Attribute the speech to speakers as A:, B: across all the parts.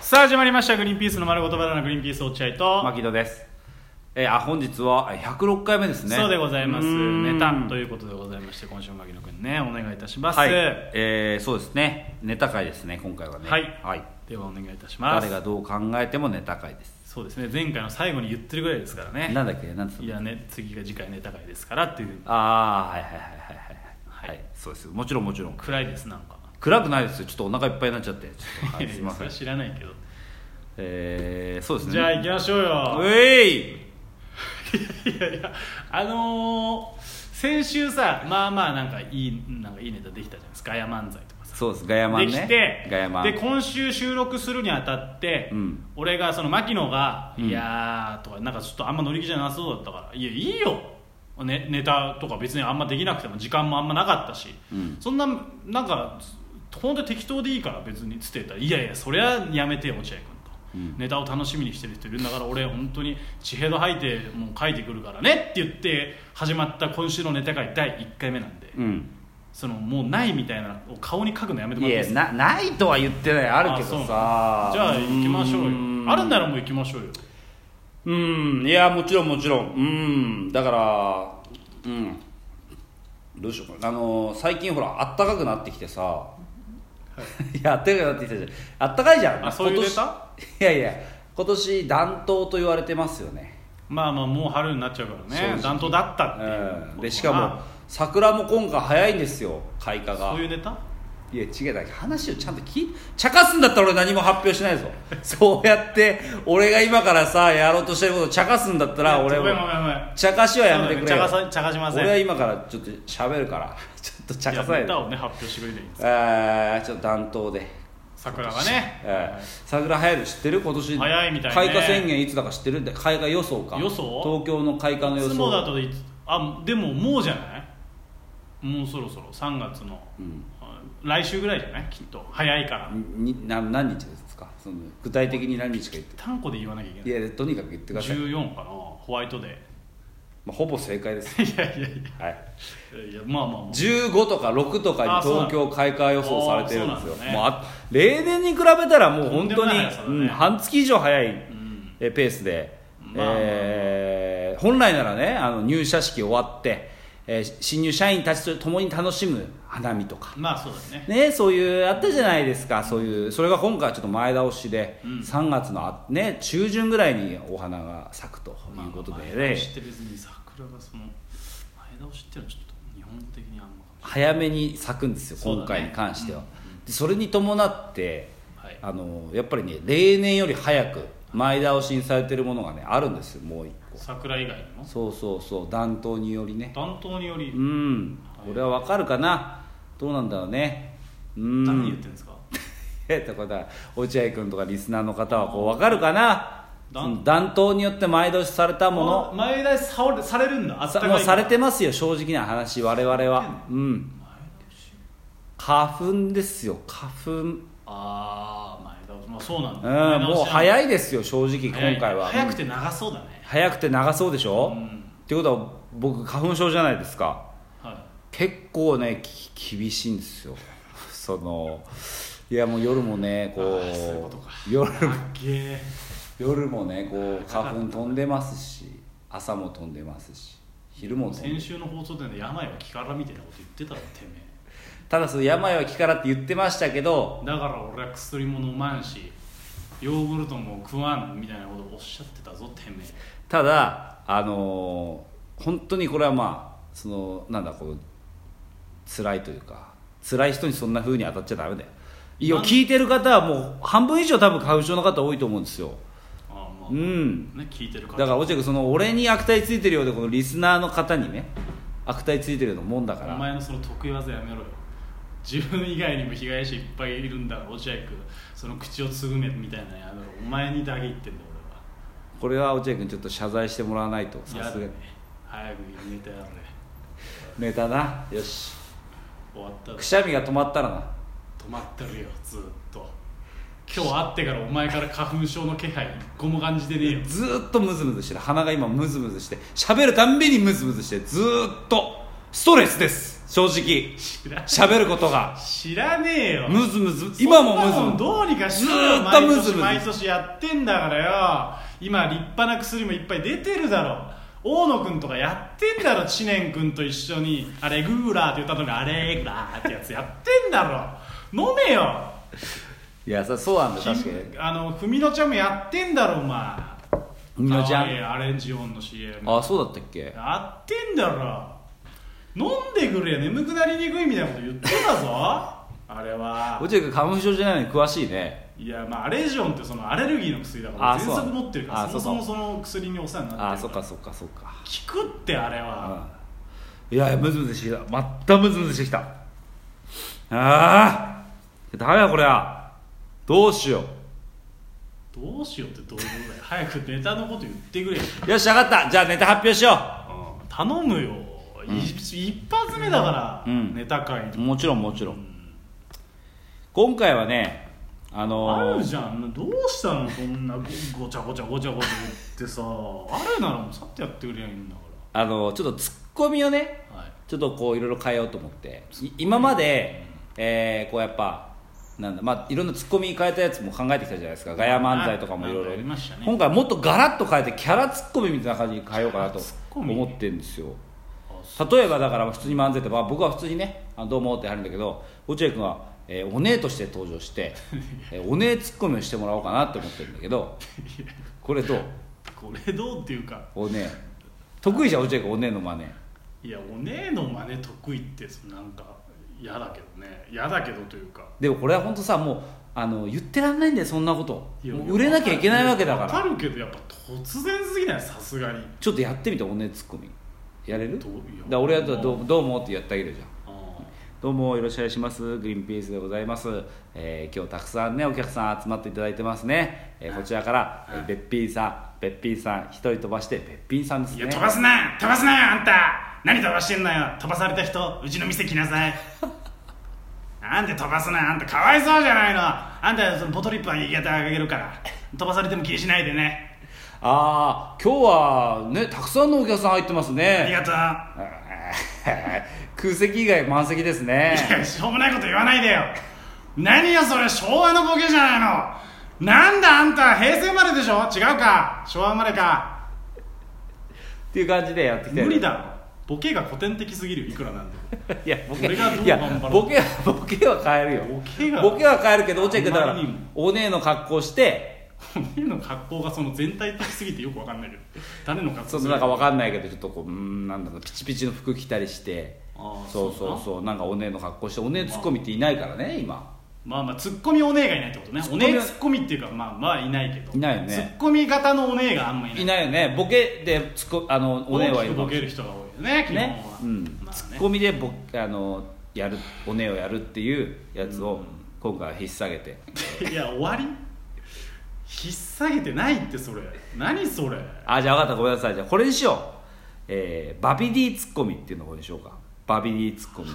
A: さあ始まりました「グリーンピースの丸ごとバナナグリーンピース落合」と、
B: 牧野です。えーあ本日はえー106回目ですね。
A: そうでございます
B: うーん
A: ネタということでございまして今週も牧野君ねお願いいたします、
B: はい。えーそうですね。ネタ会ですね今回はね。
A: はいではお願いいたします
B: 誰がどう考えてもネタ会です。
A: そうですね前回の最後に言ってるぐらいですからね
B: なんだっけなんつった
A: いやね次が次回ネタ会ですからっていう
B: ああはいはいはいはいはい
A: は
B: はいい。そうです。もちろんもちろん。
A: 暗いですなんか
B: 暗くないですよ。ちょっとお腹いっぱいになっちゃって。ちょっ とはい
A: や
B: す
A: い
B: い
A: や
B: ま
A: そ
B: せ
A: れ
B: ん
A: は。知らないけど
B: えーそうですね。
A: じゃあ行きましょう
B: う
A: よ
B: えい。
A: いやいやあのー先週さまあまあなんかいいなんかいいネタできたじゃないですかガヤ漫才とかさ
B: そうです。ガヤマンね。
A: できて
B: ガヤマン。
A: で今週収録するにあたって、
B: うん
A: 俺がその牧野が「
B: うん
A: いやー」とかなんかちょっとあんま乗り気じゃなさそうだったから「いやいいよ、ね、ネタとか別にあんまできなくても時間もあんまなかったし、
B: うん
A: そんななんか本当に適当でいいから別に」つって言ったら「いやいやそりゃやめてよ落合君」と。
B: うん
A: ネタを楽しみにしてる人いるんだから俺本当に血へど吐いてもう書いてくるからねって言って始まった今週のネタ会第1回目なんで、
B: うん。
A: そのもうないみたいなのを顔に書くのやめて
B: い
A: もらっていいで
B: や
A: すか
B: なないとは言ってないあるけ
A: そう
B: どさ
A: じゃあ行きましょうよ
B: うーん
A: あるならもう行きましょうよ
B: うんいやもちろんもちろんうんだからうんどうしようかなあのー最近ほらあったかくなってきてさ、 い、やあったかくなってきてじゃんあったかいじゃん
A: あそういう
B: 今
A: ネ
B: 年
A: タ
B: いやいや今年暖冬と言われてますよね
A: まあまあもう春になっちゃうから
B: 正
A: ね
B: 直
A: 暖冬だったっていうことか
B: うん
A: な
B: でしかも桜も今回早いんですよ開花が
A: そういうネタ
B: いや違うだから話をちゃんと聞い茶化すんだったら俺何も発表 しないぞそうやって俺が今からさやろうとしてることを茶化すんだったら俺
A: ごめんごめん
B: は
A: ごめん
B: 茶化しはやめてくれ
A: そうだ
B: よ
A: ね茶化さ茶化しません
B: 俺は今からちょっと喋るから ちょっと茶化さない
A: ネ
B: で
A: タをね発表してくれていいんです
B: あーちょっと暖冬で、
A: 桜がね
B: えー桜流行る知ってる今年
A: 早いみたいね
B: 開花宣言いつだか知ってるんだ開花予想か
A: 予想
B: 東京の開花の
A: い
B: 予
A: つ
B: 想
A: もだといつあでももうじゃないもうそろそろ3月の
B: うん
A: 来週ぐらいじゃないきっと早いから
B: にな何日ですかその具体的に何日か言って
A: 単語で言わなきゃい
B: い
A: けない
B: やとにかく言ってください、
A: 14かなホワイトデ
B: まあ、ほぼ正解です
A: ーいやいやい
B: はい
A: やいやまあまあまあ
B: 15とか6とか
A: あ
B: に
A: そうなんだ
B: 東京開花予想されてるんです
A: あそう
B: よ
A: なんだね
B: もうあ例年に比べたらもう本
A: と
B: 当
A: んでもな
B: に
A: い速さだね
B: うん半月以上早い
A: うん
B: えペースで、
A: まあまあ
B: えー本来ならねあの入社式終わって、えー新入社員たちと共に楽しむ花見とか、
A: まあそうだね
B: ね、そういうあったじゃないですかそういうそれが今回はちょっと前倒しで、
A: うん
B: 3月のあ、ね、中旬ぐらいにお花が咲くということでね、
A: 前倒しって別に桜がその前倒しっていうのはちょっと日本的にあんまかもし
B: 早めに咲くんですよ、
A: そうだね
B: 今回に関しては、
A: うん
B: でそれに伴って
A: れない、はい、
B: あのやっぱりね例年より早く前倒しにされてるものがねあるんですよもう一個
A: 桜以外にも
B: そうそうそう暖冬によりね
A: 暖冬により
B: うんこれはわかるかなどうなんだろうねうん
A: 何言ってるんですか、
B: えっとこれだ落合君とかリスナーの方はこうわかるかな
A: 暖
B: その暖冬によって前倒しされたも
A: あ
B: の
A: 前倒しされされるんだあった
B: さ
A: かい
B: もうされてますよ正直な話我々はうん
A: 前倒し
B: 花粉ですよ花粉
A: ああ前倒しまあそうなん
B: う
A: だ、
B: ん、もう
A: い
B: 早いですよ正直
A: 早い
B: 今回は
A: 早くて
B: うん
A: 長そうだね
B: 早くて長そうでし
A: う
B: ょ、
A: ん
B: っていうことは僕花粉症じゃないですか
A: は
B: 結構ねき厳しいんですよ そのいやもう夜もねこ
A: あーそういうことか
B: う夜
A: いかっけえ
B: 夜もねこう花粉飛んでますし朝も飛んでますし昼も飛んで
A: 先週の放送でね病は気からみたいなこと言ってたわてめえ
B: ただその病は気からって言ってましたけど
A: だから俺は薬も飲まんしヨーグルトも食わんみたいなことをおっしゃってたぞてめえ
B: ただあのー本当にこれはまあそのなんだこう辛いというか辛い人にそんな風に当たっちゃダメだよいや
A: なん
B: 聞いてる方はもう半分以上多分花粉症の方多いと思うんですよ
A: ああまあ、
B: う
A: ね
B: ん
A: 聞いてる
B: だ
A: 方
B: から落合君その俺に悪態ついてるようでこのリスナーの方にね悪態ついてるようなもんだから
A: お前のその得意技やめろよ自分以外にも被害者いっぱいいるんだから落合君その口をつぐめみたいなのやめろお前にだけ言ってんだ
B: これは落合君ちょっと謝罪してもらわないと
A: 俺は
B: さす
A: や
B: が
A: だね早く寝てやれ
B: ネタなよし
A: 終わったら
B: くしゃみが止まったらな
A: 止まってるよずっと今日会ってからお前から花粉症の気配一個も感じてねえよ
B: ずーっとムズムズしてる鼻が今ムズムズして喋るたんびにムズムズしてずーっとストレスです正直
A: 知ら
B: 喋ることが
A: 知らねえよ
B: ムズムズ今もムズ
A: そんな
B: ム
A: の
B: ズ
A: どうにかしろ
B: ず
A: よ
B: ーっとムズムズ
A: 毎年毎年やってんだからよ今立派な薬もいっぱい出てるだろ大野くんとかやってんだろ知念くんと一緒にあれグーラーって言ったのにあれグラーってやつやってんだろ飲めよ
B: いやさそうなんだよ確かに
A: あのふみのちゃんもやってんだろお前
B: ふみのちゃん
A: 可愛いアレンジオンの CM
B: あそうだったっけ
A: やってんだろ飲んでくれよ眠くなりにくいみたいなこと言ってたぞあれは
B: 落合君花粉症じゃないのに詳しいね
A: いやまあアレジオンってそのアレルギーの薬だか
B: あ
A: ら
B: そう
A: 喘息持ってるから
B: あ
A: そもそ
B: そ
A: もその薬にお世話になってる
B: あそっ
A: から
B: かそっかそっか
A: 効くってあれは
B: うんいやムズムズしてきたまたムズムズしてきたあーダメだこりゃどうしよ
A: どうしようってどういうことだよ早くネタのこと言ってくれよ、
B: うよし分かったじゃあネタ発表しよ
A: 頼むよ、い一発目だから、
B: うん
A: ネタ会
B: うもちろんもちろん今回はねあ
A: あ
B: の
A: る
B: ー、
A: じゃんどうしたのそんなごごちゃごちゃごちゃごちゃ言ってさあるならもうさっとやってくれりゃいいんだか
B: あのーちょっとツッコミをね
A: らはい
B: ちょっとこういろいろ変えようと思ってい今まで、えーこうやっぱなんだまあいろんなツッコミ変えたやつも考えてきたじゃないですかガヤ漫才とかもい
A: な
B: ろい
A: んかやり
B: ろ
A: ましたね
B: 今回もっとガラッと変えてキャラツッコミみたいな感じに変えようかなと
A: キャラツッコミ
B: 思ってるんですよ
A: あそ
B: 例えばだから普通に漫才って、まあ、僕は普通にね「あどうも」ってやるんだけど落合君は、えーお姉として登 場して、えーお姉ツッコミをしてもらおうかなって思ってるんだけどこれどう
A: これどうっていうか
B: お姉得意じゃん落合君お姉の真似
A: いやお姉の真似得意ってなんか嫌だけどね嫌だけどというか
B: でもこれは本当さもうあの言ってらんないんだよそんなこと
A: いや
B: もう売れなきゃいけないわけだか
A: わからるけどやっぱ突然すぎないさすがに
B: ちょっとやってみておねツッコミやれる
A: ど
B: だ
A: うい
B: か
A: や
B: ら俺やったらどう「どうも」ってやってあげるじゃん
A: あ
B: どうもよろしくお願いしますグリーンピースでございます、えー今日たくさんねお客さん集まっていただいてますね、えーこちらから、えーべっぴんさんべっぴんさん一人飛ばしてべっぴんさん
A: あ
B: です
A: い
B: ね
A: や飛ばすな飛ばすなあんた何飛ばしてんのよ飛ばされた人うちの店来な さいなんで飛ばすなあんたかわいそうじゃないのあんたそのボトリップはやってあげるから飛ばされても気にしないでね
B: ああ今日はねたくさんのお客さん入ってます
A: あり
B: ね
A: がとう
B: あー 空席以外満席ですね
A: いやしょうもないこと言わないでよ何よそれ昭和のボケじゃないのなんだあんた平成生まれでしょ違うか昭和生まれか
B: っていう感じでやってきて
A: 無理だろボケが古典的すぎるよいくらなんでも
B: いやボケ
A: 俺がどう
B: いや
A: 頑張ろう
B: ボケはボケは変えるよ
A: ボケが
B: ボケは変えるけど落合君だか
A: あ
B: ら
A: まりにも
B: お姉の格好して
A: 骨の格好がその全体的すぎてよくわかんないけど誰の格
B: そ
A: 好
B: のなんかわかんないけどちょっとこううーんなんだろうピチピチの服着たりして
A: あー
B: そうそう
A: そう
B: そうなんかお姉の格好してお姉ツッコミっていないからね今
A: まあまあツッコミお姉がいないってことね
B: ツッ
A: お
B: コミは
A: 姉ツッコミっていうかまあまあいないけど
B: いないよね
A: ツッコミ型のお姉があんまいない
B: いないよねボケでツッコあのお姉は
A: 大き
B: い
A: く
B: るか
A: ボ
B: もし
A: ケ
B: れ
A: る人が多いよね基本
B: ない
A: は
B: ねうん
A: ま
B: ツ
A: あ
B: ッ
A: ね
B: コミでボあのやるお姉をやるっていうやつを今回は引っ提げて
A: いや終わり引っ提げてないってそれ何それ
B: あじゃあ分かったごめんなさいじゃあこれにしよう、えーバビディツッコミっていうのをこれにしようかバビディツッコミ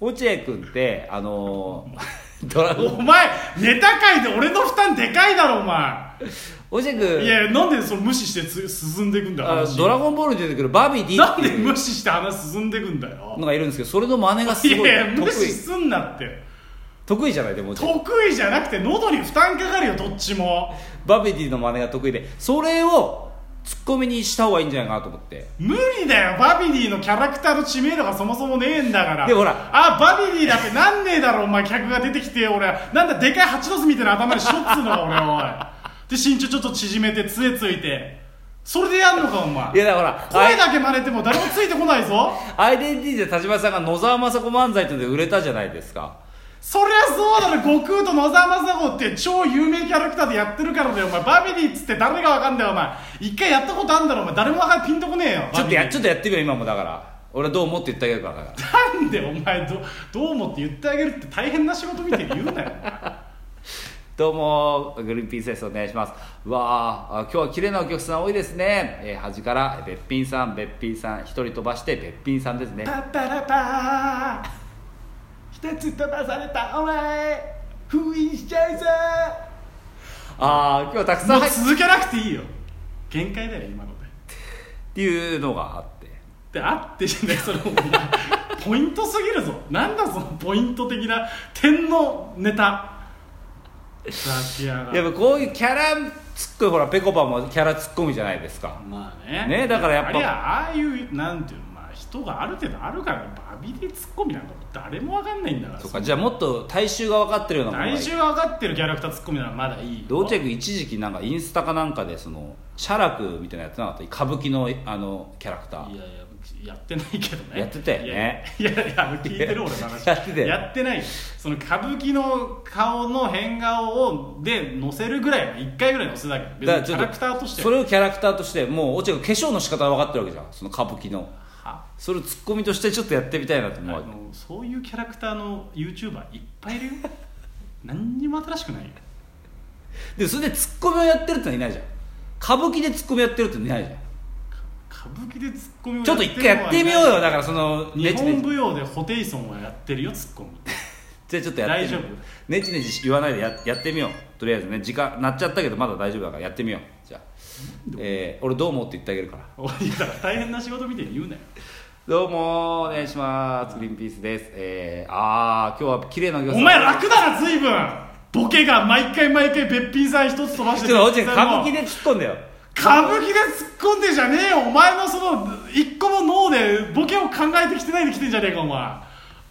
B: 落合君ってあの ードラゴン
A: お前ネタ界で俺の負担でかいだろお前
B: 落合
A: い
B: 君
A: やなんでそれ無視してつ進んでいくんだよ
B: あ
A: 話
B: ドラゴンボールに出てくるバビディ
A: な
B: って
A: んで
B: いう
A: 無視して話進んでいくんだよ
B: のがいるんですけどそれの真似がす
A: い
B: ごい
A: やいや
B: 得
A: 無
B: 意
A: 視すんなって
B: 得意じゃないでも落合君
A: 得意じゃなくて喉に負担かかるよどっちも
B: バビディの真似が得意でそれをツッコミにした方がいいんじゃないかなと思って
A: 無理だよバビディのキャラクターの知名度がそもそもねえんだから
B: でほら
A: あバビディだってなんねえだろお前客が出てきて俺なんだでかい蜂の巣みたいな頭でしょっつうのか俺おいで身長ちょっと縮めて杖ついてそれでやんのかお前
B: いやだから
A: 声だけ真似ても誰もついてこないぞ
B: アイデンティティで田島さんが野沢雅子漫才っていうので売れたじゃないですか
A: そりゃそうだろ悟空と野沢雅子って超有名キャラクターでやってるからだよお前バビディっつって誰がわかんだよお前一回やったことあんだろお前誰もわかんピンとこねえよ
B: ちょっと
A: バビディ
B: やちょっとやってみよう今もだから俺どう思って言ってあげるからだから
A: なんでお前どどう思って言ってあげるって大変な仕事みたいに言う なよ
B: どうもグリーンピースですお願いしますうわああ今日は綺麗なお客さん多いですね、えー端からえーべっぴんさんべっぴんさん一人飛ばしてべっぴんさんですね
A: パッパラパー一つ飛ばされたお前封印しちゃうぞ
B: ああ今日はたくさ
A: も
B: ん
A: う
B: 入っ
A: 続けなくていいよ限界だよ今ので
B: っていうのがあって
A: ってあってじゃないそ れもうポイントすぎるぞなんだそのポイント的な点のネタザキヤ
B: や
A: が
B: っぱこういうキャラツッコミほらぺこぱもキャラツッコミじゃないですか
A: まあね
B: ねだからやっぱ
A: ありゃああいうなんていうのまあ人がある程度あるからバビリツッコミなんか誰もわかんないんだから
B: とかじゃあもっと大衆が分かってるようなものがいい
A: 体重が分かってるキャラクターツッコミならまだいいよ
B: 同チェック一時期なんかインスタかなんかでその写楽みたいなのやってなかった歌舞伎のあのキャラクタ
A: いやい
B: ー
A: ややってないけどね
B: やってたよね
A: いやいやいや聞いてる俺の話
B: やってたよ
A: やってないその歌舞伎の顔の変顔をで載せるぐらいは1回ぐらい載せたけど別にキャラクターとして
B: そ
A: は
B: れをキャラクターとしてもう落合君化粧の仕方は分かってるわけじゃんその歌舞伎の
A: は
B: それをツッコミとしてちょっとやってみたいなと
A: あ
B: 思うわけ
A: のそういうキャラクターの YouTuber いっぱいい るよ何にも新しくないよ
B: でそれでツッコミをやってるってのはいないじゃん歌舞伎でツッコミやってるってのいないじゃん
A: 歌舞伎でツッコミを
B: ちょっと一回やってみようよだから
A: ら
B: その
A: 日
B: ねちね
A: 本
B: ち
A: 舞踊でホテイソンはやってるよツッコミ
B: じゃあちょっとやってみ
A: 大丈
B: よう
A: 夫
B: ねちねち言わないでややってみようとりあえずね時間なっちゃったけどまだ大丈夫だからやってみようじゃあ、えー俺どう思うって言ってあげるから
A: おいだから大変な仕事みたいに言うなよ
B: どうもお願いしますグリーンピースですえー、ああ今日は綺麗な魚
A: お前楽だな随分ボケが毎回毎回べっぴんさん一つ飛ばして
B: ちょっと
A: べ
B: 落合
A: っぴん
B: 歌
A: さんの
B: 舞伎で突っ込んだよ
A: 歌舞伎で突っ込んでんじゃねえよお前のその一個も脳でボケを考えてきてないで来てんじゃねえかお前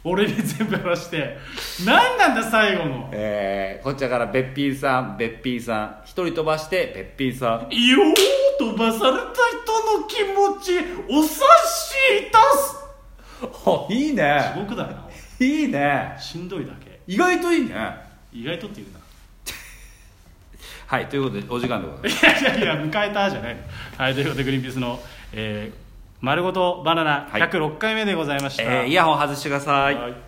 A: 俺に全部やらして何なんだ最後の
B: えー、こっちからべっぴんさんべっぴんさん一人飛ばしてべっぴんさん
A: よー飛ばされた人の気持ちお察しいた
B: あいい
A: す地
B: ね
A: 獄だなおい
B: いいね
A: しんどいだけ
B: 意外といいね
A: 意外とって言うな
B: はいということでお時間でございます
A: いやいやいや迎えたじゃないのはいということでグリーンピースの、えー、丸ごとバナナ
B: はい
A: 106回目でございました、
B: えー、イヤホン外してください
A: はい